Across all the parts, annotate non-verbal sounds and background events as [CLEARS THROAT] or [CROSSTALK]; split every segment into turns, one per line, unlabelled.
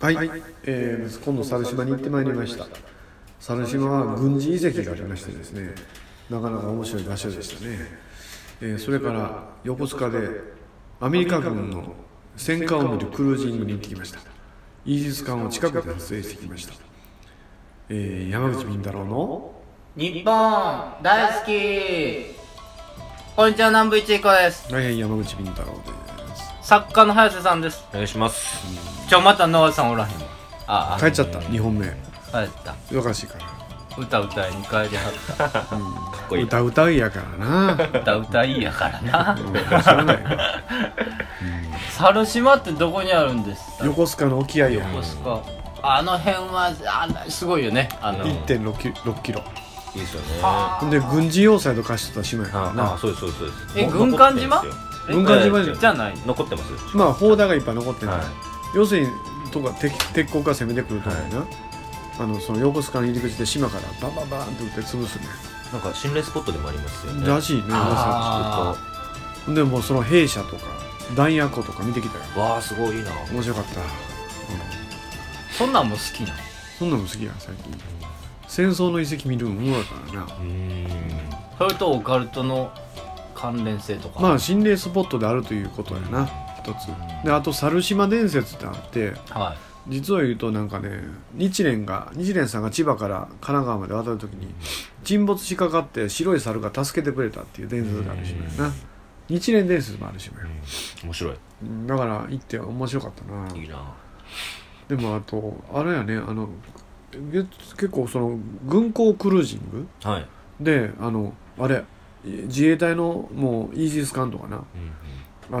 はい、えー今度猿島に行ってまいりました猿島は軍事遺跡がありましてですねなかなか面白い場所でしたね、えーそれから横須賀でアメリカ軍の戦艦を見るクルージングに行ってきましたイージス艦を近くで撮影してきました、えー山口敏太郎の
日本大好きこんにちは南部一彦です
大変山口敏太郎です
作家の早瀬さんです
お願いします
ちょまた野田さんおらへんわあ
帰っちゃった2本目
あ帰った
忙しいから
歌歌いに帰りはっ
かっこいいな
歌歌いやからな
[LAUGHS] た歌歌いやからな
うん知らないから
[LAUGHS] 猿島ってどこにあるんですか
横須賀の沖合や
横須賀あの辺はあすごいよねあの
1 6キロ6キロ
いいですよね
あ
ほんで軍事要塞と化してた島やから
ああ
な
そうですそうですそうです
え
もう
軍艦
残っ
島
てんですよ
え
軍艦島じゃん
じゃない
残ってます
まあ砲弾がいっぱい残ってない、
は
要するにとか敵敵国が攻めてくるとかやな、あのその横須賀の入り口で島からバンバンバンって撃って潰すね
いなんか心霊スポットでもありますよね
らしいね噂
あ
ほんでもうその兵舎とか弾薬庫とか見てきたよ
聞くとわあすごいいいな
面白かった、うん
そんなんも好きなの
そんなの好きや最近戦争の遺跡見るのものだからな
うーん
それとオカルトの関連性とか
まあ心霊スポットであるということやな一つであと猿島伝説ってあって
はい
実を言うとなんかね日蓮が日蓮さんが千葉から神奈川まで渡る時に沈没しかかって白い猿が助けてくれたっていう伝説がある島やな日蓮伝説もある島や
面白い
うんだから行って面白かったない
いな
でもあとあれやねあのげ結構その軍港クルージング
はい
であのあれ自衛隊のもうイージス艦とかな
うんう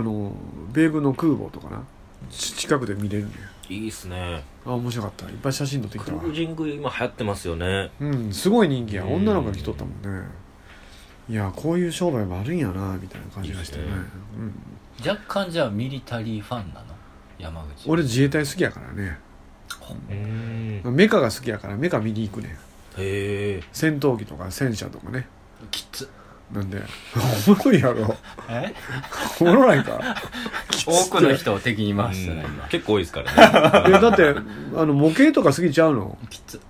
あ
ん
の米軍の空母とかなち近くで見れるね
いいっすね
あ面白かったいっぱい写真撮ってき
ク
た
ル
わ
ージング今流行ってますよね
うんすごい人気や
うん
女の子が来とったもんねいやこういう商売もあるんやなみたいな感じがしてね
いいですね
うん、
若干じゃあミリタリーファンなの山口
俺自衛隊好きやからね
うん
メカが好きやからメカ見に行くね
へえ
戦闘機とか戦車とかね
きつ
なんでおもろいや
[LAUGHS]
ろ
え
おもろないか
多くの人を敵に回したね今
結 [LAUGHS] 構多いですから
い
ね
やだってあの模型とか好きちゃうの
きつ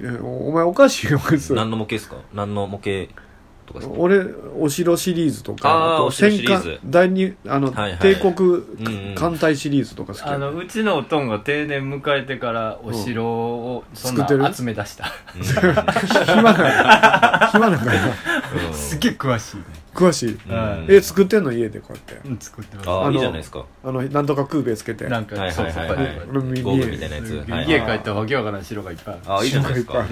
いやおお前おかしいよ靴
何の模型ですか何の模型とかですか
俺お城シリーズとか
あー
と
お城シリーズ
艦第二あの、
はいはい
帝国
うんうん
艦隊シリーズとか好き
あのうちのおとんが定年迎えてからお城をそんな
作ってる
集め出した、
うんう
暇なんか暇なんか
[LAUGHS]
な
ん
すげえ詳しいね、
詳しい
うん
え作ってんの家でこうやって
うん、作ってます
あ
あの
あいいじゃないですか
あのなんとか空米つけて
なんか、
はいはいはい
そう
は
そう
い
俺も見え
ゴーグルみたいなやつ
うん
はい
家帰ったらわけわからん城がいっぱいある
ああいいじゃないです
いっ
か
ぱい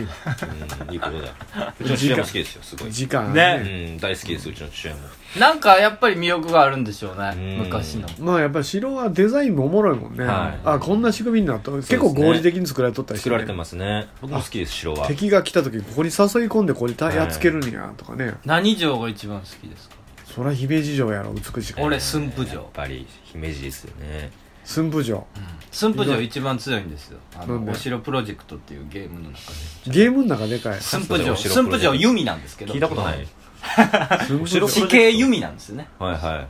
うんいいことだうちの父親も好きですよすご
[LAUGHS]
い
時間
ね
うん大好きですうちの父親も
なんかやっぱり魅力があるんでしょうね
うん
昔の
まあやっぱり城はデザインもおもろいもんね、
はい
あこんな仕組みになった、
す
結
ね
構合理的に作られとったりして、
作られてますね僕も好きです城は
敵が来た時ここに誘い込んでここにたやっつけるんやとかね、
何城が一番好きですか
そりゃ姫路城やろ美しい
俺駿府
やっ
城
ぱり姫路ですよね
駿府城
駿府城一番強いんですよあ
なん
の
で
お城プロジェクトっていうゲームの中で
ゲームの中でかい
駿府
お
城
城
駿
プロ
府
ジェ
城
クト
弓なんですけど
聞いたことない
駿府
後ろ
地形弓なんですよね
はいはい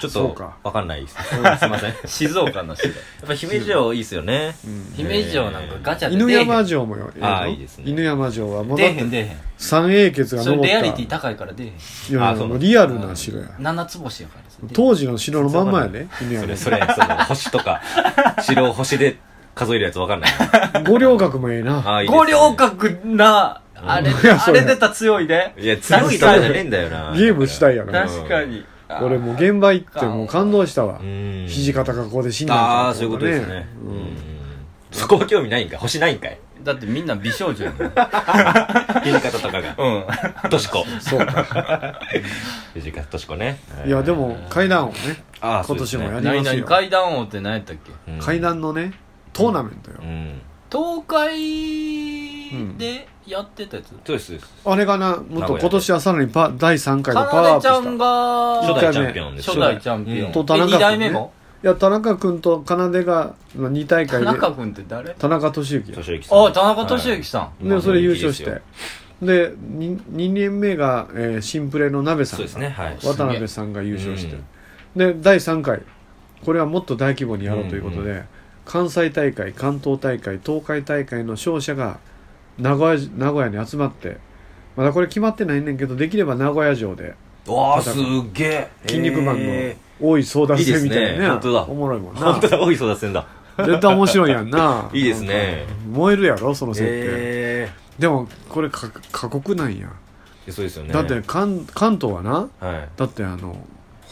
ちょっ
そう
と
か
わかんないですすいませんやっ
静岡の城
ぱ姫路城いいですよね
うん
姫路城なんかガチャで
犬
出えへ
山
ん
城もよええ
あ
の
ーいいですね
犬山城はもう
出
だ
え
っ
へ
て
ん出えへん
三英傑が
そ
登
れ
った
レアリティ高いから出えへん
いやいや
あそうなの
もうリアルな城や
七つ星やからですね
当時の城のまんまやね犬
そ
山城
れそれその星とか城を星で数えるやつわかんない
五稜郭もええな
ああいいですね
五稜郭なあれ
うんいや
あ
それ
れ出た強いで
いや強いとかじゃねえんだよな
ゲームしたいやから
ん
確かにあー
俺もう現場行ってもう感動したわ
うん
土方がここで死んだん
あ
だ
あそういうことですね
う
うんんそこは興味ないんか星ないんかい
だってみんな美少
[LAUGHS]
女やもん
土方とかが
うん
としこ
そうか
藤川としこね
いやでも階段をね
ああ
今年もや
そうですね
りま
何
す
々
よ
階段王って何やったっけ
うん
階段のねトーナメントよ
うん
東海でやってたやつ
そうですそうです
あれがなもっと今年はさらにパ第3回で
か
パワーアッ
なでちゃん
プし
初代
が
チャンピオンです
初代チャンピオン
と田中君ね
2代目も
たいや田中君と奏でが2大
田
会で
中君って誰
田中俊之
俊之さん
あ田中俊之さん
はいま
で
あ
それ優勝し
いいで
てで 2, 年目が、えー新プレの鍋さん
そう
が
ですねはい
渡辺さんが優勝して
うん
で第3回これはもっと大規模にやろうということで、関西大会関東大会東海大会の勝者が名古屋名古屋に集まってまだこれ決まってないねんけどできれば名古屋城で
わあすっげえ
筋肉マンの
え
多い争奪戦みたいなね
いいですね本当だ
おもろいもん
ー [LAUGHS] 本
な
当だ大い争奪戦だ
絶対面白いやんな
いいですね
なんか燃えるやろその設定、
え
でもこれか過酷なんや、
えそうですよね
だって関関東はな
はい
だってあの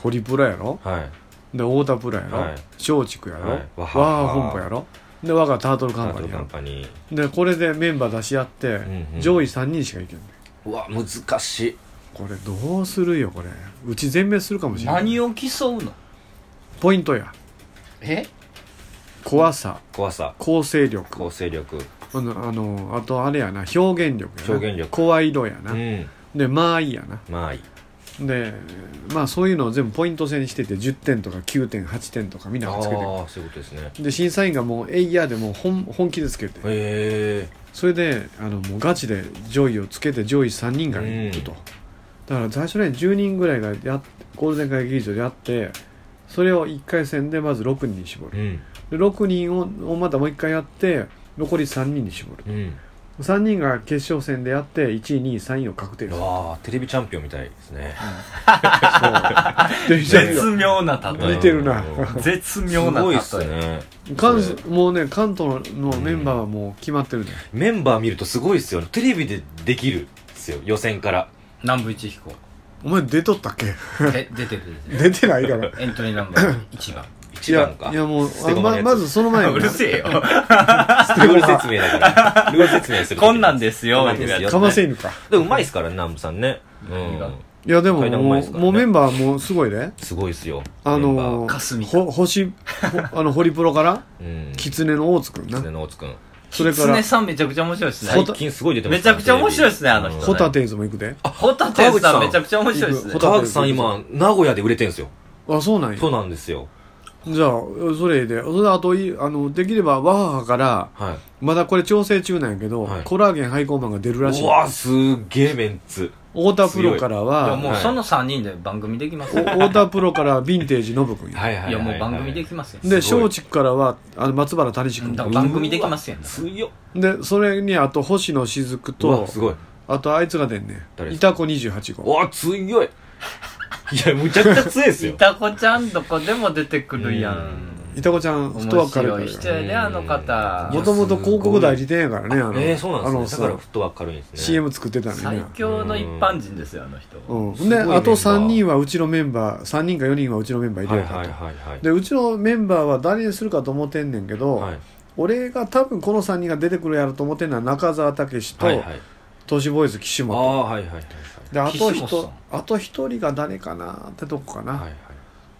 ホリプラやろ
はい
で太田プラやろ
はい
松竹やろ、
はい
わ
わ
ー
は
本舗やろで我がタートルカンパニーや
カ
ろ
ンパニー
でこれでメンバー出し合って、
んうん
上位3人しかいけんねん
うわ難しい
これどうするよこれうち全滅するかもしれない
何を競うの
ポイントや
え
怖さ
怖さ
構成力
構成力
あのあのあとあれやな表現力やな
表現力
声色やな、
うん
で間合いやな
まあいい
でまあそういうのを全部ポイント制にしてて10点とか9点8点とかみんな
あ
が
あ
つけて
ーそういうことですね
で審査員がもう「えいや」でもう本本気でつけて
へ
それであのもうガチで上位をつけて上位3人がいくと、
うん
だから最初ね10人ぐらいがやっゴールデン会議場でやってそれを1回戦でまず6人に絞
えう
る、
ん
で6人ををまたもう1回やって残り3人に絞る
うん
3人が決勝戦でやって1位2位3位を確定する
わあテレビチャンピオンみたいですね
そうでじゃあ
絶妙な
[LAUGHS]
例
似てるな
え絶
す
妙な
ごい
例
っす
え
ね
関西もうね関東のメンバーはもう決まってるね、
メンバー見るとすごいっすよねテレビでできるっすよ予選から
南部一彦
お前出とったっけ
え出てくる出て
出てないから
るエントリーナンバー1番
一番か
いやいやもう
捨て
あ
駒の
ま
やつ
まずその
[LAUGHS]
前に
うるせえよ
ルール説明だ
[LAUGHS]
からルール説明する
こんなんですよ
こんなんですよ
かませ犬か
でもうまいっすからね南部さんねう
何が
ん
いやでも
階段う
も,、
まいうですから
も
ね
うメンバーもうすごいね
すごいっすよ
あ
メンバ
のー、
ー
霞
ほ星ほ [LAUGHS] あのホリプロから
うん
狐の大津くんな
狐の大津くん
それから
狐さんめちゃくちゃ面白いです
ほ
ね
た
最近すごい出てます
めちゃくちゃ面白いっすねあの人
ホタテイズも行くで
ホタテさんめちゃくちゃ面白いですね
ホタテ
川口さん今名古屋で売れてんすよ
あそうなんや
そうなんですよ
じゃあそれでそれであといあのできればワハハから
はい
まだこれ調整中なんやけど、
はい
コラーゲン配合マンが出るらしいう
わすげえメンツ
太田プロから
い
は
やもうその3人で番組できますよ
お太田プロからはヴィンテージノブ君や
はいはいはいい
や
は
もう番組できますよ
で
すごい
松竹からはあの松原谷志君
だから番組できますよ
うわ強っ
でそれにあと星野雫
うわ
と
すごい
あとあいつが出んね
誰
い
です
た子28
う
号
わ強いいやむちゃくちゃ強いっす
い
よ
たこちゃんどこでも出てくるや
うん
いた子ちゃんフットワ
面
ーク軽い
白い
か
人
ら
やねあの方
もともと広告代理店やからねあの
えー、そうなん
あの
ですねだか
さ
らフットワーク軽いんですね
CM 作ってたのに
最
な
強の一般人ですよあの人
うん
すごい
で
メンバー
あと3人はうちのメンバー3人か4人はうちのメンバーい
は
る
い
やんかと
はいはいはい
でうちのメンバーは誰にするかと思ってんねんけど、
はい
俺が多分この3人が出てくるやろと思ってんのは中澤武と、
はいはい
都市ボーイズ岸
あ
本
あはいはいはい
であと
岸本さ
人
ん
あと一人が誰かなってとこかな、
はいはい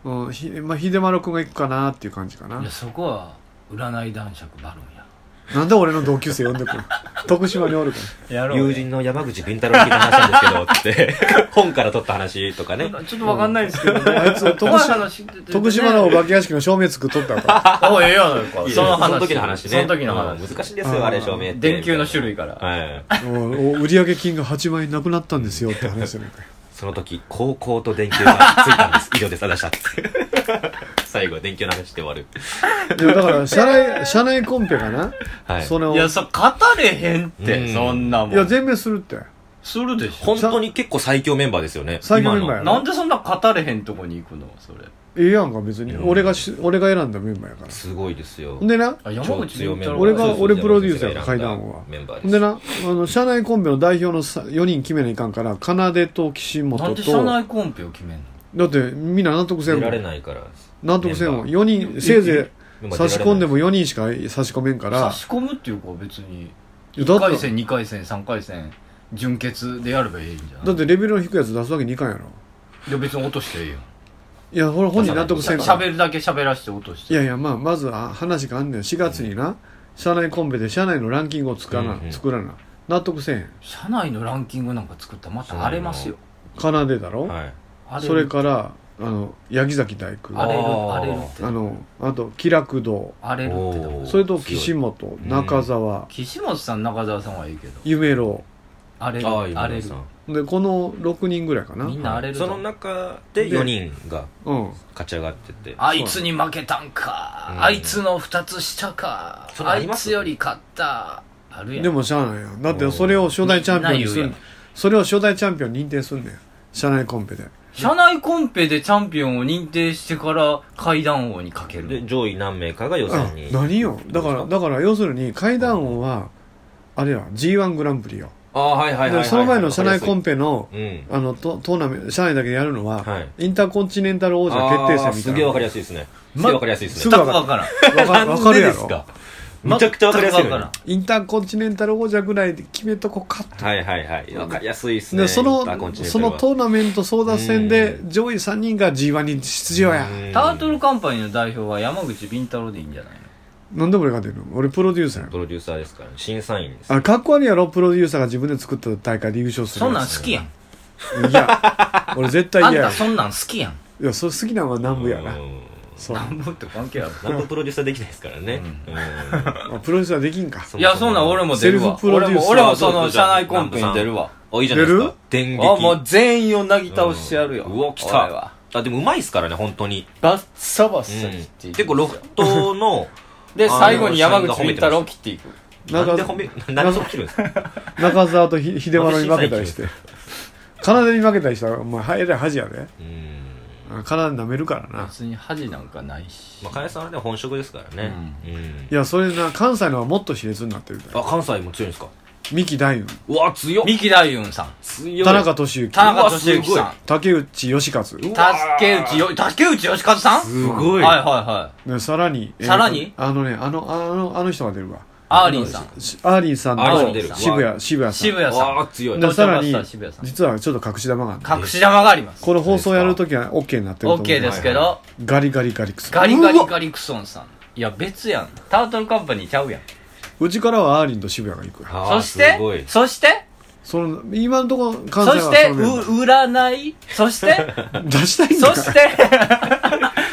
うんひまあ、秀丸君が行くかなっていう感じかない
やそこは占い男爵バロンや
なんで俺の同級生呼んでくる徳島におるか
や
友人の山口敏太郎に聞いた話なんですけどって
[LAUGHS]
本から取った話とかね
ちょっとわかんないですけどね
[LAUGHS] らあいつ徳
怖い
島
話って
徳島のお化け屋敷の照明作っとったから
おええやないかその話
その時の話ね
その時の話
うん難しいんですよあれ照明って
電球の種類から
はい
おお売上金が8万円なくなったんですよって話じゃないかよ
その時高校と電球がついたんです以上ですあだしたって最後は電球の話で終わる
[LAUGHS] でもだから社内 [LAUGHS] 社内コンペがな、
はい
その
い
い
や
や
そ語れへんって、
うん
そんなもん
全滅するって
するでしょ
本当に結構最強メンバーですよね
最強メンバーや
なんでそんな語れへんとこに行くのそれ
ええやんか別に、
うん
俺がし俺が選んだメンバーやから
すごいですよ
でな
あ山口
強
敏
メ
太
ンバ
郎
ー
俺が
そうそう
俺プロデューサーやから
選んだ
階段王は
メンバーです
でなあの社内コンビの代表の4人決めないかんから奏と岸
なん
本
で社
と
内コンペを決めんの
だってみんな納得せん
出
も
られ
ん
ないから
納得せんもん
メン
4人せいぜ
メン
い
バー出られな
差
い
し込んでも4人しか差し込めんから
差し込むっていうか別に
いやだ
1
って
回戦2回戦3回戦準決でやればいいんじゃない
だってレベルの低いやつ出すわけにいかんやろ
いや別に落としていいよ
いやほら本人納得せんから
喋るだけ喋らして落とし
い
て
やいやまあまずは話があんねん4月にな、社内コンペで社内のランキングを作らな、
うんうん
作らな納得せえへん
社内のランキングなんか作ったらまた荒れますよ
奏でだろ、
はい
荒れ
それ
る
からあの八木崎大工
荒れる
あー
荒れるって
あのあと喜楽堂
荒れるってだも
お
ん
ー
それと岸本
い
中澤
岸本さん中澤さんはいいけど
夢郎
荒れる
ああ今
荒れ
村
る
さん
でこの6人ぐらいかな
みんな荒れるぞ
その中で4人が
うん
勝ち上がってて
あいつに負けたんか、
うん
あいつの2つ下か
それ
あ
あり
い
ます
つより勝ったあるやん
でもしゃあないやんだってそれを初代チャンピオンにす
み
る
んな言う
それを初代チャンピオンに認定すんねん社内コンペで
社内コンペでチャンピオンを認定してから階段王にかけ
で
る
上位何名かが予
あ
選に
何よだか
ど
ら
う
だから要するに階段王はあれや g 1グランプリよ
ああはいはいはいはい
でその前の社内コンペの
うん
あのトトーナメント社内だけでやるのは、
はい
インターコンチネンタル王者決定戦みたいな
あーすげえわかりやすいですねすげえわかりやすいです
すぐ
ね
全
わ
く
か
わ
る
からん
わかわかるやろ
なんでですか [LAUGHS] めちゃくちゃわかりやすいのに
全くわからん
インターコンチネンタル王者ぐらいで決めとこうかと、
はいはいはいわかりやすいです
で
ね
そ
インターコン
の
チネン
そ
タル
の
は
トーナメント争奪戦で上位3人が g 1に出場や
うん
タートルカンパニーの代表は山口敏太郎でいいんじゃないの
なんで俺が出るの俺プロデューサーや
プロデューサーですからね審査員です
あかっこ悪いやろプロデューサーが自分で作った大会で優勝する
そんなん
や
好きやん
ついや俺絶対
あん
嫌や
たそんなん好きや
[LAUGHS]
ん
いやそれ好きなのは南部やな
うん
そう
なんぼって関係ある
何もプロデューサーできないですからねうん
あプロデューサーできんか
そ
いやそんなん俺も出る
セル
わ
フプロデュ
俺
ーサー
も俺もその社内コンペに出るわ
あいいじゃないです
出る
か電
あ
撃
もう全員をなぎ倒してやるよ、
うんうわ来
俺は
たあでもうまいですからね本当に
バッサバッサ切っていく
結構ロフトの
で
あの
最後に山口
社員が褒め
敏
てま
太
す
郎を切ってい
[LAUGHS]
く
なんで褒めなんで褒めてるんですか
中澤と
[LAUGHS]
ひ秀丸に負けたりしてカナダに負けたりしたらお前はえらい恥やで
うん
あカナダ舐めるからな
別に恥なんかないし、
まあ金井さんはね本職ですからねうん
いやそれな関西のはもっと熾烈になってるから
あ関西も強いんですか
三木大雲
うわ強っ
三木大雲さん
強い
田中俊之
田中俊之
う
さん
わ
竹内義和
うわ
竹内よ竹内義和さん
すご
は
い
いはいはい
でさらにえー
さらに
あのねあのあのあの人が出るわ
アーリンさん
しアーリンさん
ア
ー
と
リンさん
渋谷渋谷さん
渋谷
わ
さ
あ強
で
い
東京
さらに
マスター渋谷さん
実はちょっと隠し玉がある
ん隠し玉があります
この放送やるときは OK になってると思う
OK ですけど、
は
ガリガリガリクソ
ガリガ
う
リ
わ
ガリクソンさんいや別やんタートルカンパニーちゃうやん
うちからはアーリンと渋谷が行くよ
あー
そして
すごい
そして
その今のところ関
そ
西はの
して
メンバー
う占いそして
[LAUGHS] 出したいんだ
そして [LAUGHS]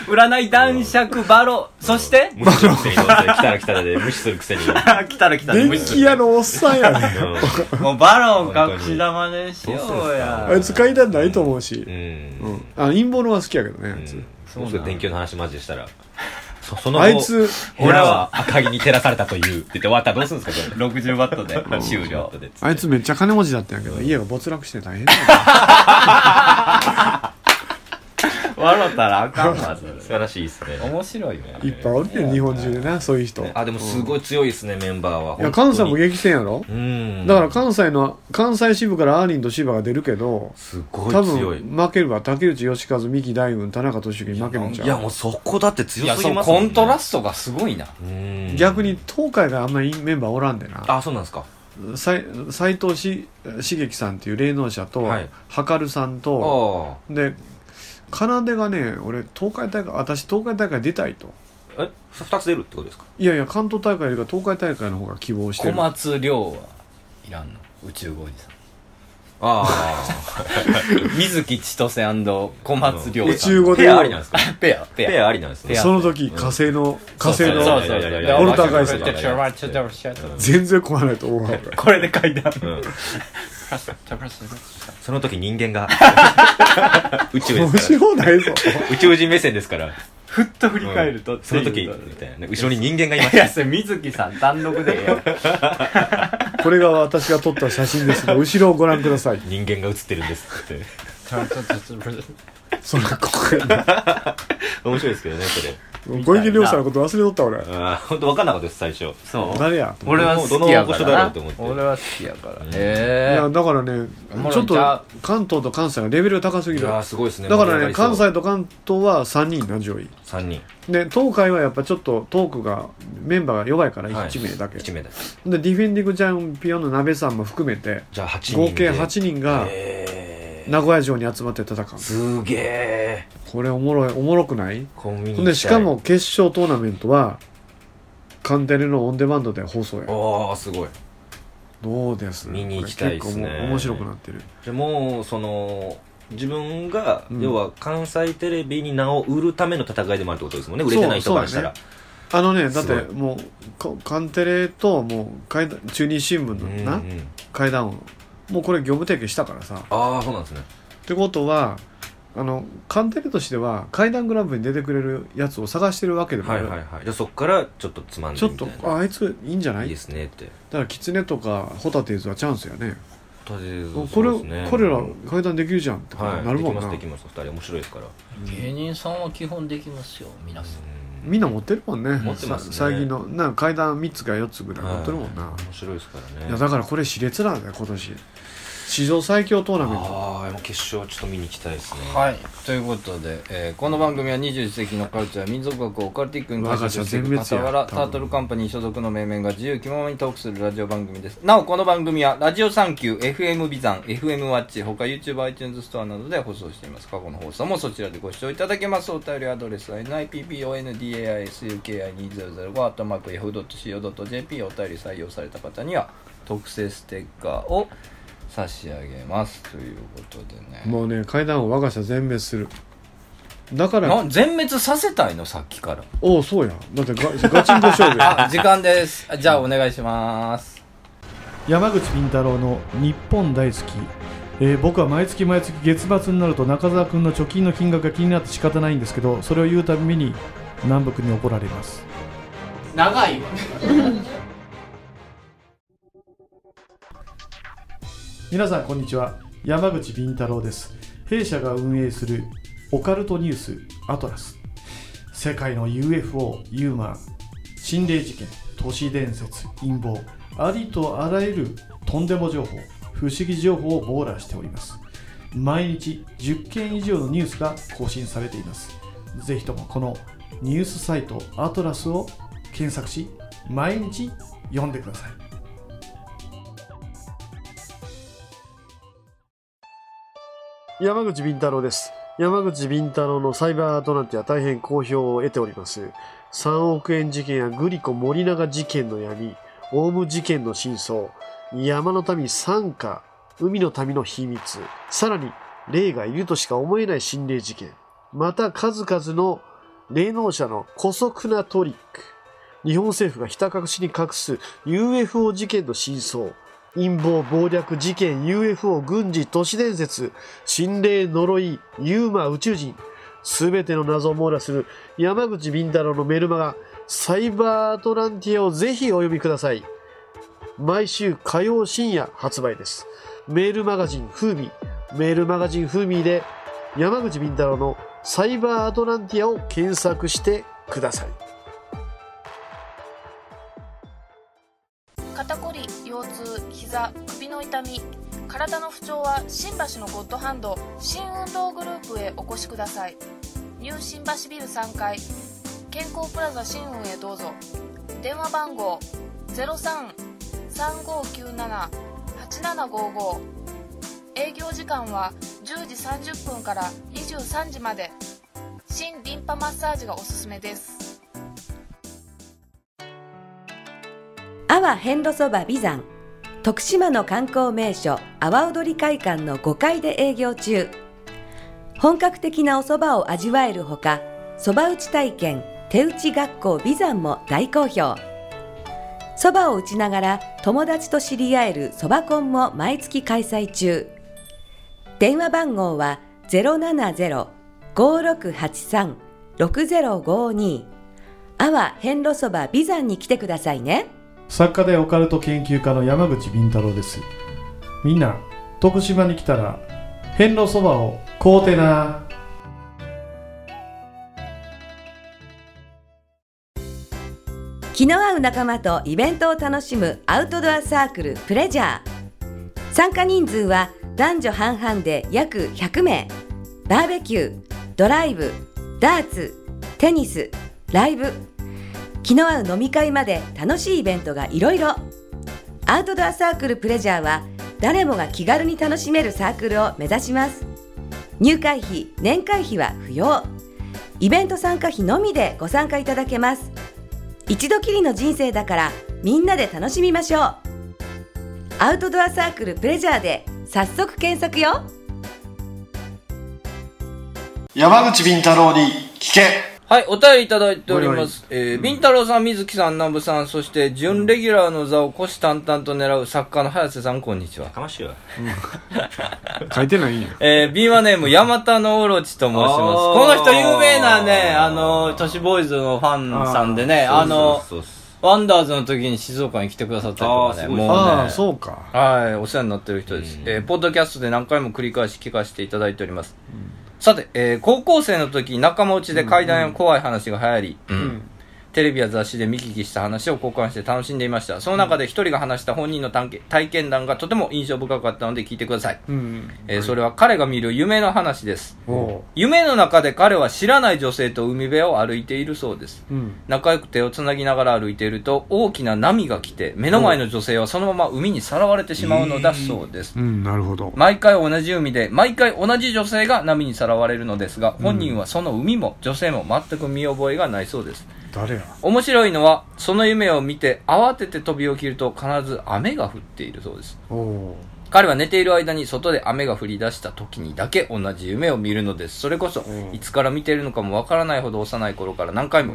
占い男爵バロそして
無視するくせにどうせ来た [LAUGHS] ら来たらで無視するくせにうん
来たら来たら無
電
視
気屋のおっさんや
[LAUGHS]
ね
もうバロン隠し玉でしよ
本当
う
に
や
あいつ階段ないと思うし
う、
うんん、あ陰謀論は好きやけどねあいつ、
そうすぐ電球の話マジでしたらそその後
あいつ
部屋は明かりに照らされたというって言って終わったらどうするんですかこれ
60ワ
[LAUGHS]
ットで終
終
了
了で
あいつめっちゃ金持ちだったんやけど家が没落して大変だよ
笑ったらあか
[LAUGHS]
んわそ
素晴らしいですね
れ面白いね
いっぱいおるね日本中でなそういう人い
あでもすごい強いですねメンバーは
や関西も
本
激戦やろ
当にうん
だから関西の関西支部からアーリンと芝が出るけど
すごい
多
強
分
い
負けるわ竹内義和三木大雲田中俊之に負けるんち
いや
ゃ
もうそこだって
い
強
や
すぎ
そう
ます
コントラ
ス
ストがすごいな
う逆に東海があんまりメンバーおらんでな
あそうなんですか
斎斎藤し茂樹さんっていう霊能者と、
はい
はかるさん
あ
と
あ
で奏がね俺東海大会私東海大会出たいと
え二つ出るってことですか
いやいや関東大会よりか東海大会の方が希望して
小
る
松亮はいらんの宇宙王子さん [LAUGHS]
ああ
水木千歳小松亮さん
宇宙語
ペ
で
アありなんですか
ペアペア
ペアありなんですね
ペア
その時火星の火星
そう
の
そうそう
いやいやい
やオルターガイスト
ト
全然壊ないと思うわ俺
これで階段
うんその時人間が宇宙で
面
すか
白ないぞ
ら宇宙人目線ですから
ふっと振り返る
う
と
んその時
い
みたいなね後ろに人間がいました
やそれ水木さん単独でええやん
これが私が撮った写真ですが後ろをご覧ください
人間が写ってるんですって
そんな怖いな
面白いですけどねそれ
小池亮さんのこと忘れとった俺
ああ本当分かんなかったです最初
そう
誰や
俺は好きやか
どのどの場所だろ
ら
うと思って
俺は好きやから
い
え
やだからね
おもろい
ちょっと
じゃあ
関東と関西がレベルが高すぎ
い
る
やー
だ
すごいですね
からね関西と関東は3人な上位
3人
で東海はやっぱちょっとトークがメンバーが弱いから1名だけ、
1名だけ
でディフェンディングチャンピオンの鍋さんも含めて
じゃあ8人
合計
で
8人が
えー
名古屋城に集まって戦う
すげえ
これおもろいおもろくない
コンビニ
ほんでしかも決勝トーナメントはカンテレのオンデマンドで放送や
ああすごい
どうです
見に行きたいっすね
これ結構もう面白くなってる
でもうその自分が、
うん
要は関西テレビに名を売るための戦いでもあるってことですもんね売れてない人
そう
からしたら、
あのねだっ
すご
て
い
もうこカンテレともう怪談中日新聞の
うん
な、
うん
階段をもうこれ業務提携したからさ
ああそうなんですね
ってことはあのカンテレとしては階段グランプリに出てくれるやつを探してるわけでも
は
ないい、
はいはいじゃあそっからちょっとつまんで
ちょっ
みた
と
いな
ああいついいんじゃない
いいですねって
だからキツネとかホタテイズはチャンスやね
とりあえず
これ
そうですね
彼ら
うん
階段できるじゃんってこと
はい
になるもんな、
できますできます二人面白いですから
芸人さんは基本できますよ皆さん
うん
みんな持ってるもんね
持ってますね
さ最近のなんか階段3つか4つぐらい持ってるもんな、
はい面白いですからね
いやだからこれ熾烈なんだよ今年史上最強トーナメント
ああもう決勝ちょっと見に行きたいですね
はいということで、えーこの番組は21世紀のカルチャー民族学をオカルティックに解釈していく
我が社全
傍
滅や
らタートルカンパニー所属の面々が自由気ままにトークするラジオ番組ですなおこの番組はラジオサンキュー FM ビザン FM ワッチ他 YouTubeiTunes ストアなどで放送しています過去の放送もそちらでご視聴いただけますお便りアドレスは NIPPONDAISUKI2005-yahoo.co.jp お便り採用された方には特製ステッカーを差し上げますということでね
もうね階段を我が社全滅するだから
な全滅させたいのさっきから
おおそうやだってガガチンコ勝負
[LAUGHS]
や
あ時間ですじゃあお願いします
山口敏太郎の日本大好き、えー僕は毎月毎月月末になると中澤君の貯金の金額が気になって仕方ないんですけどそれを言うたびに南北に怒られます
長いわ
[LAUGHS] 皆さんこんにちは山口敏太郎です弊社が運営するオカルトニュースアトラス世界の UFO ユーマン心霊事件都市伝説陰謀ありとあらゆるとんでも情報不思議情報を網羅しております毎日10件以上のニュースが更新されていますぜひともこのニュースサイトアトラスを検索し毎日読んでください
山口敏太郎です。山口敏太郎のサイバーアトランティア大変好評を得ております。3億円事件やグリコ森永事件の闇、オウム事件の真相、山の民参加、海の民の秘密、さらに霊がいるとしか思えない心霊事件、また数々の霊能者の古速なトリック、日本政府がひた隠しに隠す UFO 事件の真相、陰謀、暴略、事件、UFO、軍事、都市伝説、心霊、呪い、ユーマ、宇宙人、すべての謎を網羅する山口敏太郎のメルマガ、サイバーアトランティアをぜひお読みください。毎週火曜深夜発売です。メールマガジンフーミー、メールマガジンフーミーで山口敏太郎のサイバーアトランティアを検索してください。
肩こり腰痛膝首の痛み体の不調は新橋のゴッドハンド新運動グループへお越しくださいニュー新橋ビル3階健康プラザ新運へどうぞ電話番号0335978755営業時間は10時30分から23時まで新リンパマッサージがおすすめです
阿波遍路そば美山徳島の観光名所阿波踊り会館の5階で営業中本格的なお蕎麦を味わえるほか蕎麦打ち体験手打ち学校美山も大好評蕎麦を打ちながら友達と知り合える蕎麦コンも毎月開催中電話番号は070-5683-6052阿波遍路そば美山に来てくださいね
作家でオカルト研究家の山口敏太郎ですみんな徳島に来たら遍路そばを買うてな
気の合う仲間とイベントを楽しむアウトドアサークルプレジャー参加人数は男女半々で約100名バーベキュードライブダーツテニスライブ気の合う飲み会まで楽しいイベントがいろいろアウトドアサークルプレジャーは誰もが気軽に楽しめるサークルを目指します入会費年会費は不要イベント参加費のみでご参加いただけます一度きりの人生だからみんなで楽しみましょうアウトドアサークルプレジャーで早速検索よ
山口敏太郎に聞け
はい、お便りいただいております。えー、ビンタロウさん、水木さん、南部さん、そして、準レギュラーの座を虎視眈々と狙う作家の早瀬さん、こんにちは。
かましいわ。
書いてないんや
えー、ビーマネーム、ヤマタノオロチと申します。
あー
この人有名なね、あの、都市ボーイズのファンさんでね、あの、
そうっす
ワンダーズの時に静岡に来てくださったりとか
あー
ね、
すごい
もうね、
ああそうか
はい、お世話になってる人です、
うん
えーポッドキャストで何回も繰り返し聞かせていただいております。さて、えー高校生の時、仲間内で階段や怖い話が流行り、テレビや雑誌で見聞きした話を交換して楽しんでいました。その中で一人が話した本人の探検体験談がとても印象深かったので聞いてください。
うん
えーそれは彼が見る夢の話です。
おう
夢の中で彼は知らない女性と海辺を歩いているそうです。
うん
仲良く手をつなぎながら歩いていると大きな波が来て目の前の女性はそのまま海にさらわれてしまうのだそうです、
うんなるほど
毎回同じ海で毎回同じ女性が波にさらわれるのですが本人はその海も女性も全く見覚えがないそうです
誰や
面白いのはその夢を見て慌てて飛び起きると必ず雨が降っているそうです
おお
彼は寝ている間に外で雨が降り出した時にだけ同じ夢を見るのですそれこそいつから見ているのかもわからないほど幼い頃から何回も、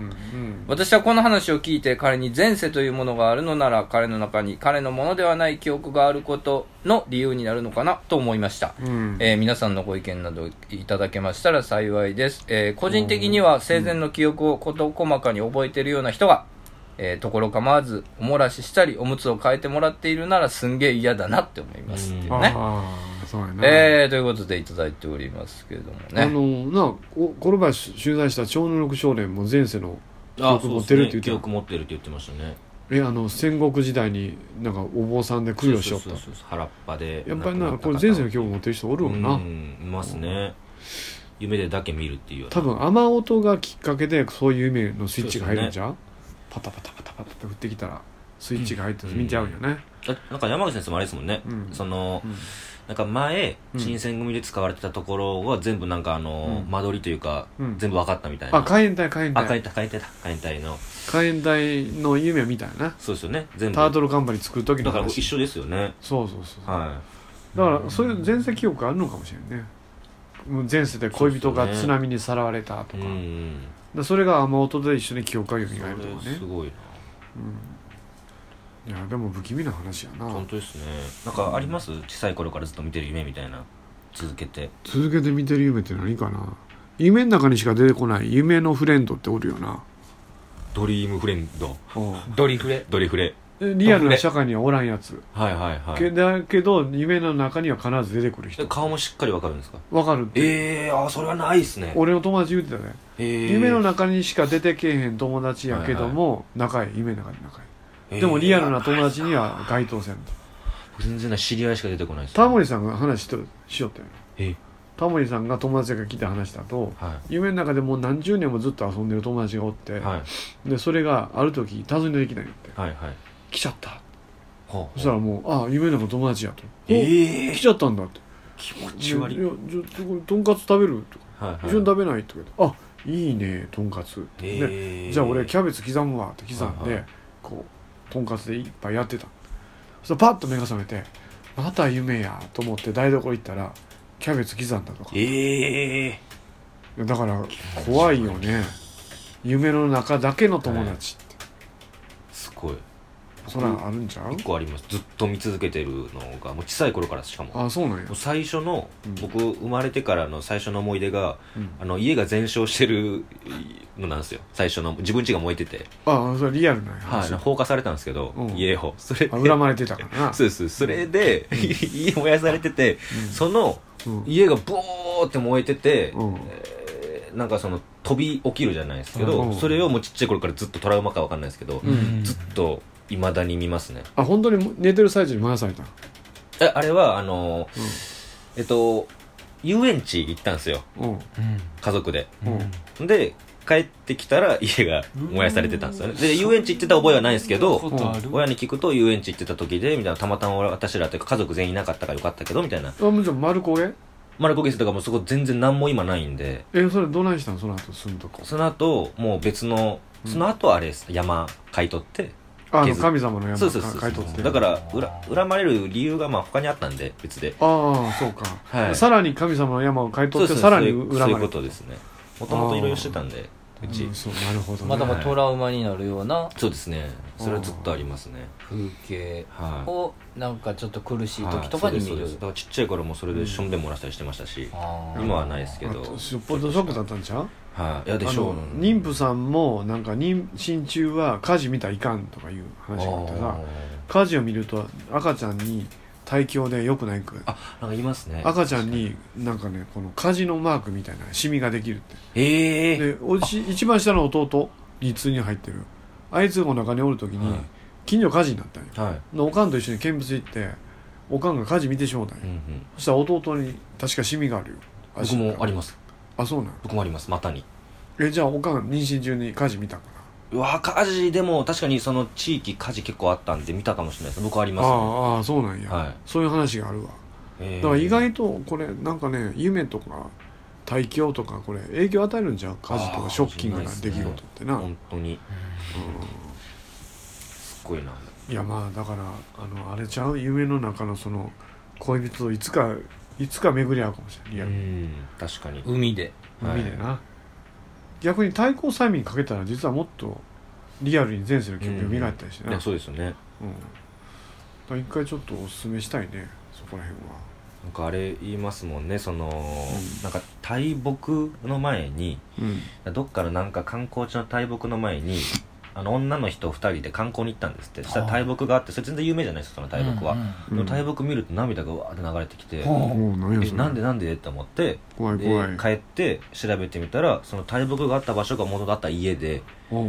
私はこの話を聞いて彼に前世というものがあるのなら彼の中に彼のものではない記憶があることの理由になるのかなと思いました、
うん
えー皆さんのご意見などいただけましたら幸いです、えー個人的には生前の記憶を事細かに覚えているような人が、えーところ構わずおもらししたりおむつを変えてもらっているならすんげえ嫌だなって思いますっていうね
ああそうやな
えーということでいただいておりますけれども
あ
ね
のなおこの前取材した超能力少年も前世の記
あ、
憶
そう
持
っ
って
す
るっ
ね
て言って
記
た
憶持ってるって言ってましたね。
えあの戦国時代になんかお坊さんで供養しよった
そうそうそうそう原っぱで。
やっぱりな
亡く
これ
った方
前世の記憶持ってる人おるもんな、
うんいますね。夢でだけ見るっていうような。
多分雨音がきっかけでそういう夢のスイッチが入るんじゃう、パタパタパタパタって降ってきたらスイッチが入って見ちゃうんよね、
だなんか山口先生もあれですもんね、
うん
その、
うん
なんか前、
うん
新選組で使われてたところは全部なんかあの、
うん
間取りというか、
うん
全部分かったみたいな。
あ火炎隊火炎
あ、変
隊
えた、変えてた、変えたいの。
火炎隊の夢みたいな
そうですよね、全部。
ター
だ
トルカンパニー作る時の
から一
話
緒ですよね。
そうそうそう、
は
だからそういう前世記憶あるのかもしれんねもう前世で恋人が津波にさらわれたと
い。う
か,、
ん。
それが雨音で一緒に記憶が蘇る
そ
とかね
れすごいな。
いやでも不気味な話やな
本当ですね。なんかあります小さい頃からずっと見てる夢みたいな。続けて。
続けて見てる夢って何かな夢の中にしか出てこない夢のフレンドっておるよな
ドリームフレンド。
ドリフレ
ドリフレ。
リアルな社会にはおらんやつ、
はいはいは
け
い。
だけど夢の中には必ず出てくる人
顔もしっかりわかるんですか
わかるって
ええー、あ、それはないですね。
俺の友達言ってたね、
えー
夢の中にしか出てけえへん友達やけども、仲いい夢の中に仲いいでもリアルな友達には該当せんと
全然ない知り合いしか出てこないです、
タモリさんが話しとしよったよ
え
タモリさんが友達が来て話したと
は
夢の中でもう何十年もずっと遊んでる友達がおって、
いはい
でそれがある時訪ねてきたんやって
はいはい
来ちゃった
ほ
そしたらもう「ああ夢の中友達や」と「
え
お
え
来ちゃったんだ」って
気
「
持
いやいやちょっとこれとんかつ食べる?」とか
はい
「
はい
一緒に食べない?」とか言って「あいいねとんかつ」って、ね
えー
じゃあ俺キャベツ刻むわ」って刻ん
はいは
でこうとんかつで一杯やってたそしたらパッと目が覚めて「また夢や」と思って台所行ったらキャベツ刻んだとか
ええ
だから怖いよね夢の中だけの友達って、
すごい
そんなんあるんちゃう
一個ありますずっと見続けてるのがもう小さい頃からしかもも
あそうなんや
う最初の、
うん
僕生まれてからの最初の思い出が、
うん
あの家が全焼してるのなんですよ最初の自分家が燃えてて、
あそれリアルなんや、
はい、放火されたんですけど、
うん
家をそれで
あ恨まれてたからな
[LAUGHS] そうですそれで、 [LAUGHS] 家燃やされてて、その
うん
家がボーって燃えてて、
うん
えーなんかその飛び起きるじゃないですけど、
うん
それをもうちっちゃい頃からずっとトラウマかわかんないですけど、
うん
ずっといまだに見ますね
あ本当に寝てる最中に回されたの
えあれはあのーえっと遊園地行ったんですよ
うん
家族で
うん
で帰ってきたら家が燃やされてたんですよねで遊園地行ってた覚えはないんですけど親に聞くと遊園地行ってた時でみたいなたまたま俺私らというか家族全員いなかったからよかったけどみたいな
あもちろん丸焦げ
マルコゲスとかもうそこ全然何も今ないんで
えそれどないしたんその後住むとこ
その後もう別のその後あれです、山買い取って
ああの
削っ
神様の山
そうそうそう
買い取っ
そ
て
うだから裏恨まれる理由がまあ他にあったんで別で
ああそうか、
はい
さらに神様の山を買い取って
そうです
さらに
そういう
恨
そうい
ま
う
れ
こ
た
とですねもともといろいろしてたんでうち、
うんそうなるほど、ね、
まだもうトラウマになるような
そうですねそれはずっとありますね
風景
はい
をなんかちょっと苦しい
はい
時とかに
そう
見る、
ですそうですだからちっちゃい頃もそれでしょんべん漏らしたりしてましたし、
あー
今はないですけど、
あよっぽどショックだったんちゃう
はいいやでしょう
あの妊婦さんもなんか妊娠中は火事見たらいかんとかいう話があってさ火事を見ると赤ちゃんに体調で良くないく
あなんかいますね
赤ちゃんになんかねこの火事のマークみたいなシミができるっ
ええ
てでおじ一番下の弟に通に入ってるあいつがお腹におる時に、
はい
近所火事になったんよ
はい
でおかんと一緒に見物行っておかんが火事見てしもうたんよ、
うんうん
そしたら弟に確かシミがあるよ
僕もあり
す
ます
あそうなん
僕もあります股に
えじゃあおかん妊娠中に火事見たんかな
うわ火事でも確かにその地域火事結構あったんで見たかもしれないです僕ありますね
ああああそうなんや、
はい
そういう話があるわ
え
だ
ー
から意外とこれなんかね夢とか体調とかこれ影響与えるんじゃう家事と
あ
か
ー
ショッキングな出来事ってな、
本当にすっごいない
やまあだからあのあれちゃう夢の中のその恋人といつかいつか巡り合うかもしれないリア
う
ルに
ん確かに
海で
はい
海でな、逆に対抗催眠かけたら実はもっとリアルに前世の記憶が蘇ったりして
い
な、
やそうですよね
うんだから一回ちょっとおすすめしたいねそこら辺は
なんかあれ言いますもんねその、なんか大木の前に
うん
どっかのなんか観光地の大木の前にあの女の人2人で観光に行ったんですってそしたら大木があってそれ全然有名じゃないですよその大木は、
うん
でも大木見ると涙がわーって流れてきて、
おう何や
え
それ
なんでなんでって思って
怖い
で
怖い
帰って調べてみたらその大木があった場所が元だった家で
おう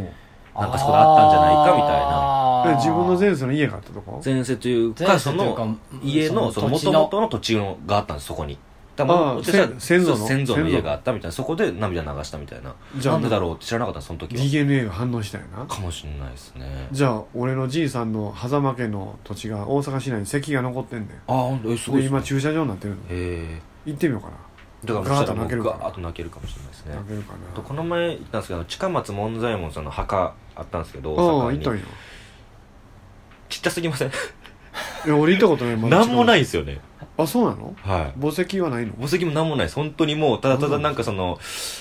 なんかそこであったんじゃないかみたいな
え
な
自分の前世の家があったとこ
前世というか
前世
そ
というか
の家の
そ
そ
の
の
土地
元
の
々の土地のがあったんですそこにだ
ああ
もしかした
先
ら
先祖の
そう先祖の家があったみたいなそこで涙流したみたいな
じゃあ
なんでだろうって知らなかったその時は
DNA が反応したよな
かもしれないですね
じゃあ俺のじいさんの狭間家の土地が大阪市内に石が残ってんねん
ああほんとえすごい
で
です
今
ね
駐車場になってるの
へ
行ってみようかな
えだからもしかしたら
ガーッと泣ける
僕
か
ガーッと泣けるかもしれないですね
泣けるか
あと
な
この前行ったんですけど近松門左衛門さんの墓あったんですけど
あ
大
あ
阪
行
に
ったんや
ちっちゃすぎません [LAUGHS]
いや俺行ったことないまだ
なんもないいですよね
あそうなの
はい
墓石はないの
墓石もなんもないです。本当にもう、ただただなんかその、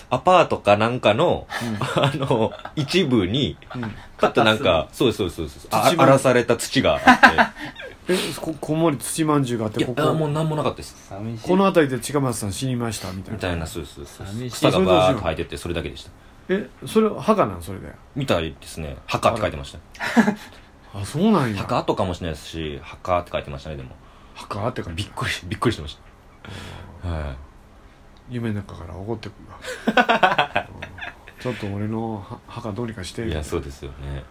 アパートかなんかの、 [LAUGHS] あの、一部に、
うん
ちょっとなんか、そうです、そうです、そうです。あ
土が
荒らされた土が [LAUGHS] あ
えここんもり土まんじゅうがあっ
って。
てこ
いや、あも
こ
うなんもなかったです。
寂しい
この辺りで近松さん死にましたみたい
み
な
たいな、そうです、そうですそう
寂
で
しい
す。草がバーッと生えてて、それだけでした。
えそれ墓なんそれで
みたいですね。墓って書いてました。
あそうなんや
墓とかもしれないですし、墓って書いてましたね、でも。
墓って感
び
じ
っくりし、びっくりしてました。はい。
夢の中から怒ってくるわ
[LAUGHS]
うんちょっと俺のは墓どうにかして
いや、そうですよね。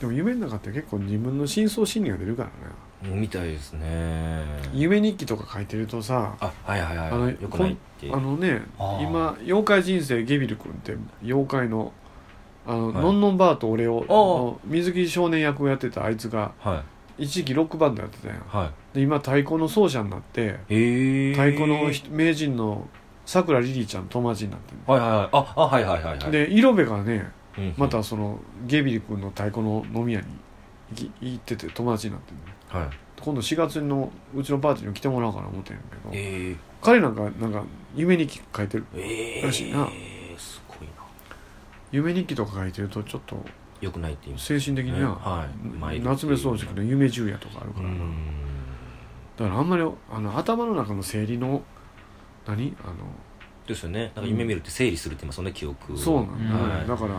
でも夢の中って結構自分の深層心理が出るからね
みたいですね。
夢日記とか書いてるとさ
あ、はいはい
あの
はい。よくないって。
あのね
あー
今妖怪人生ゲビル君って妖怪のあの、
はい
のんのんばあと俺をの水木少年役をやってたあいつが
はい、
一時期ロックバンドやってたやん
は
で今太鼓の奏者になって
い。へえ。
太鼓のひ名人のさくらりりちゃんの友達になって
はいはいはい。あ、あはいはいはいはい。
るで色部がね
うんうん、
またそのゲビル君の太鼓の飲み屋に行き行ってて友達になってる
はい。
今度4月のうちのパーティーに来てもらおうかな思ってんやけど、
えー、
彼なんかなんか夢日記書いてる
え
らしいな
すごいな。
夢日記とか書いてるとちょっと
よくないって言います。
精神的には、
はい参るっていう
夏目漱石の夢十夜とかある
う
からな、
ん。
だからあんまりあの頭の中の整理の何あ
ですよね。なんか夢見るって整理するって言いますよね、記憶を。
のそうなんだ、よ
はい
ねだから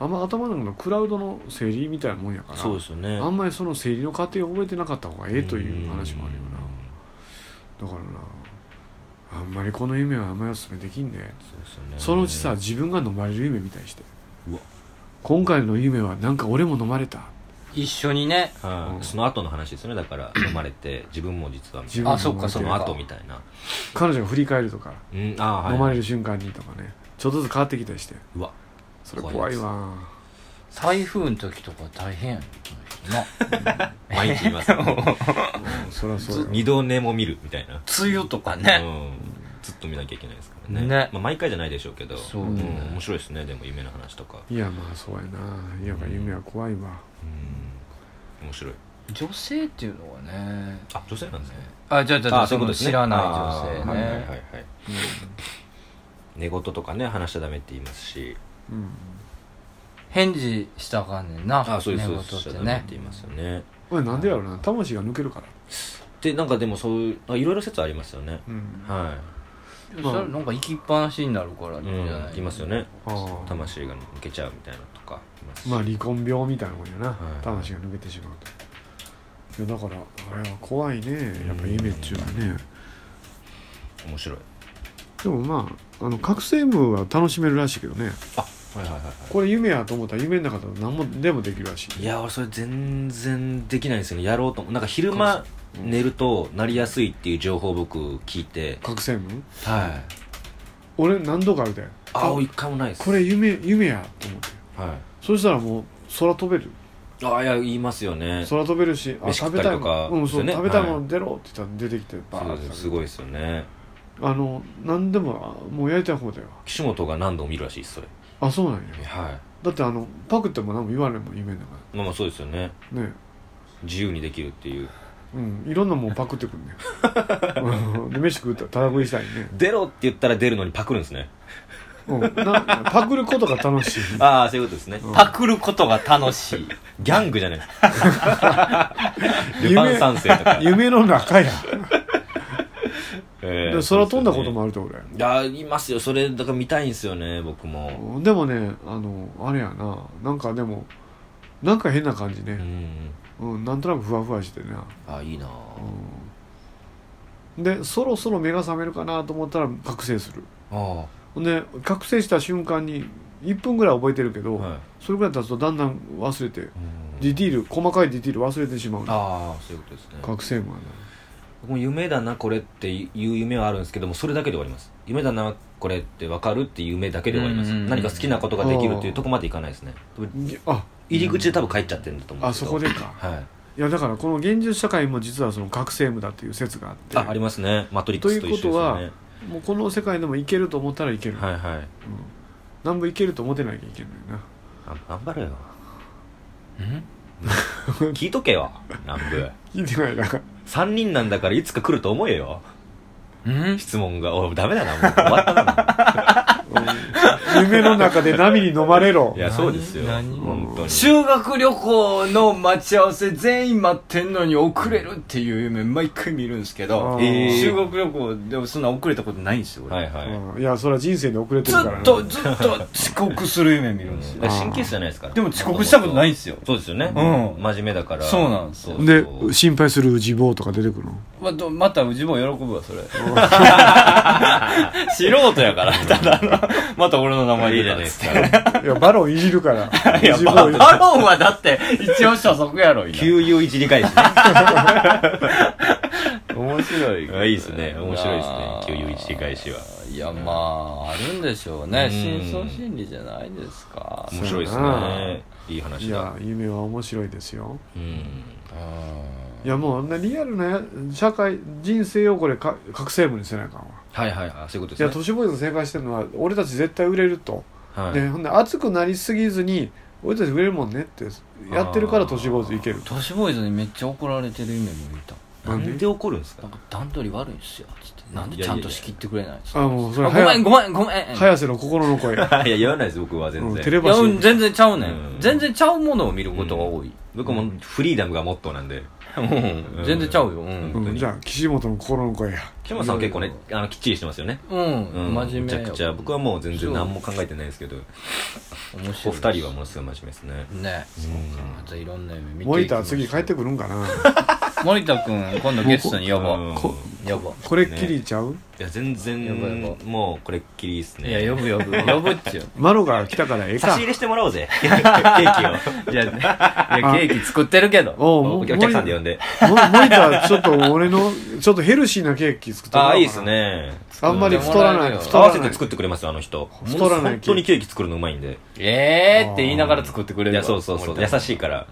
あんま頭の中のクラウドの整理みたいなもんやから
そうですよね。
あんまりその整理の過程を覚えてなかった方がええという話もあるよな、だからなあんまりこの夢はあんまりおすすめできんね
そうですよね。
そのうちさ、自分が飲まれる夢みたいにして
うわ
今回の夢はなんか俺も飲まれた
一緒にね
はい、その後の話ですよね。だ
[CLEARS THROAT]
から、生まれて、自分も実はみた
自
いな。
分
あそっか
そ
そ
っ
の
か
後みたいな。
彼女が振り返るとか、
うん、あーはい。
飲まれる瞬間にとかねちょっとずつ変わってきたりして
うわ。
それ怖いわ
台風の時とか大変やねな
毎日言います
[LAUGHS]
よね。
うんそりゃそうよ
二度寝も見るみたいな。
梅雨とか
う
[LAUGHS] ね、
ん。ずっと見なきゃいけないですからね。
ね
まあ、毎回じゃないでしょうけど。
そうんね
面白いですね、でも夢の話とか。
いやまあそうやないやっぱ夢は怖いわ
面白い
女性っていうのはね
あ女性なんですね
あじゃあじゃあ
そういうことですね
知らない女性ね
あーはいはいはい寝言とかね話しちゃダメって言いますし
うん
返事したらあかんねんな
あそうですそうですしち
寝
ゃ
言
ダ
っ
メって
てね
言いますよね
これなんでやろうな魂が抜けるから
でなんかでもそういうあいろいろ説ありますよね
うん
は
まあ
それなんか行きっぱなしになるから
い、
じ
う
ゃ
ん、
ない
言いますよね
あー
魂が抜けちゃうみたいなとか言いますし
まあ離婚病みたいなもんやな、
はい
魂が抜けてしまうといやだからあれは怖いねやっぱ夢っちゅうのはね
面白い
でもまああの覚醒夢は楽しめるらしいけどね
はいはいはいは
これ夢やと思ったら夢の中でも何もでもできるらしい
いいや俺それ全然できないんですよねやろうと思うなんか昼間寝るとなりやすいっていう情報を僕聞いて
覚醒夢
はい
俺何度かあるで
あ一回もないです
これ夢夢やと思って
は
そしたらもう空飛べる
いあいや言いますよね
空飛べるしあ
飯食
食
った
べた
り
い
とか
もん、うん、そう
ですよね
食べたい
は
もん出ろって言ったら出てきてバー
そ
っ
う
て
で
食
すす
べる
ごいですよね
あの何でもあもうやりたい方だよ
岸本が何度も見るらしいですそれ
あそうなんや
は
だってあのパクっても何も言われんもん夢の中
いまあまあそうですよね
でね
自由にできるっていう
うんいろんなもんパクってくんねうんで飯食うたらただ食いしたいね、
出ろって言ったら出るのにパクるんですね
うん、なパクることが楽しい
ああそういうことですね
パクることが楽しい
ギャングじゃない [LAUGHS] ルパン三世とか
夢の中や、
え
で
ー
も空飛んだことも
あ
あると俺
るいやいますよそれだから見たいんですよね僕も
でもねあのあれやななんかでもなんか変な感じ
う
ね、
ん
うん、なんとなくふわふわしてな、
あいいな
うん、でそろそろ目が覚めるかなと思ったら覚醒する
あ
ほんで覚醒した瞬間に1分ぐらい覚えてるけ
あ
ど、
はい
それぐらい経つとだんだん忘れて
うん
ディティール細かいディティール忘れてしまうの
ああそういうことですね
覚醒もあ
僕も夢だなこれっていう夢はあるんですけどもそれだけで終わります夢だなこれって分かるっていう夢だけで終わります
うんうんうん
何か好きなことができるっていうとこまでいかないですね多分
るいあ
入り口で多分帰っちゃってるんだと思うん
あ
ですけ
そ
ど
こでか
はい
いやだからこの現実社会も実はその覚醒夢だっていう説があって
あありますねマトリックスと一緒ですよね
もうこの世界でもいけると思ったらいける、
はいはい
うん、なんぼいけると思ってなきゃいけないな
あ頑張れよ聞いとけよ南部
聞いてないな
3人なんだからいつか来ると思えよ
うん
質問がおいダメだなもう終わったな
夢の中で波に飲まれろ
[LAUGHS] いやそうですよ
何
本当に
修学旅行の待ち合わせ全員待ってんのに遅れるっていう夢毎回見るんですけど、
あー
えー修学旅行でもそんな遅れたことないんですよ、俺
はいはい
うんいやそれは人生で遅れて
ず
るから
っ
な
とずっと遅刻する夢見るんです
だ
よ
から神経質じゃないですから
でも遅刻したことないんですよ
そうですよね、
うん
真面目だから
そうなんですよ
そう
で
[LAUGHS] そう
心配する自暴とか出てく
[LAUGHS]
るの
まどまた自分は喜ぶわそれ
素人やからただの
また俺の名前
いい
出
じゃ
た
ない
で
ですす [LAUGHS] か
いやバロンいじるから
いや
自
バ
暴
バロンはだ [LAUGHS] って一応所属やろ今
給油一理解しね
面白い
あいいですね面白いですね給油一理解しはい
やまああるんでしょうね
うん
深層心理じゃないですか
面白いです
そうだな
ねいい話
い
だ
や夢は面白いですよ
うん
いやもうあんなリアルなや社会人生をこれか覚醒部にせないかんわ
はいはいあそういうこと
いや
です
都
ね
市ボーイズが正解してるのは俺たち絶対売れると、
はい
でほんで熱くなりすぎずに俺たち売れるもんねってやってるから都市ボーイズいける
都市ボーイズにめっちゃ怒られてる夢も見た
な
なん
ん
で
で怒るんです
な
か
んか段取り悪いんすよつってなんでちゃんと仕切ってくれないんです
あ
か
もうそれ
あごめん
は
ごめんごめん
や早瀬の心の声、
[LAUGHS] いや言わないです僕は全
うん、
然、
テレ
いや
パシ
うん
ー
全然ちゃうねん
うん
全然ちゃうものを見ることが多い
僕もフリーダムがモットーなんで
うん全然ちゃうようん
うん、じゃあ岸本の心の声や
木本さんは結構ねあのきっちりしてますよね
うん真面目
めちゃくちゃ僕はもう全然何も考えてないですけど
面白
お
い
二人はものすごい真面目ですね
ねそうかまたいろんな夢見ていきましょう
モニター次帰ってくるんかな
森田君今度ゲストに呼ぼ
うん
う呼ぼ
これっきりちゃう、
いや全
やばいや
然
ば
もうこれっきりです
う
ね
いや呼ぶ呼ぶ呼ぶっちゅう
マロが来たからええ
差
か
し入れしてもらおうぜケーキを [LAUGHS]
いやいやケーキ作ってるけど
おうもう
お客さんで呼んで
モモニターちょっと俺のちょっとヘルシーなケーキ作ってもらおう
あ
か
あ
ない
いですね
あんまり太らな
作ってもらえる
い
よ
太
合わ
ら
せ
ない
て作ってくれますよあの人
太らない
本当にケーキ作るのうまいんで
ええって言いながら作ってくれ
い
る
や
わ
そうそうそう
森
優
田君
しいから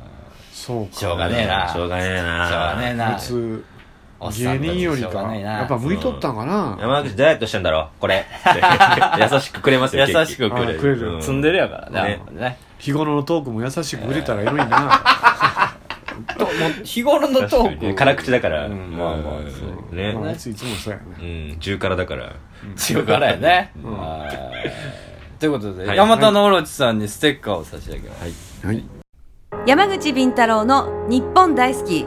そう
し
か
ょうがねえな
しょうがねえな
しょうがねえな
普通
おっ
芸
さんたち
人より
しょうが
か
ねえな
やっぱ向いとったんかな、
山口ダイエットしてんだろこれ優しくくれますよケーキ
優しくくれ
あ
る
くれる
うん
積んでるやからね
ね
ね [LAUGHS]
日頃のトークも優しく売れたらエロいな、
どうもう日頃の
確
ト
か
ー
に
ク、
ね辛口だから。
うんまあまあそう
ね。
まあ、いついつもそうやね
うん、中辛だから。
強からやね、はいということで、
はい
山田のオロチさんにステッカーを差し上げます、
はい
山口敏太郎の日本大好き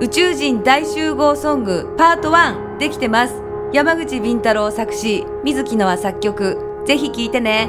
宇宙人大集合ソングパート1できてます山口敏太郎作詞水木のは作曲ぜひ聴いてね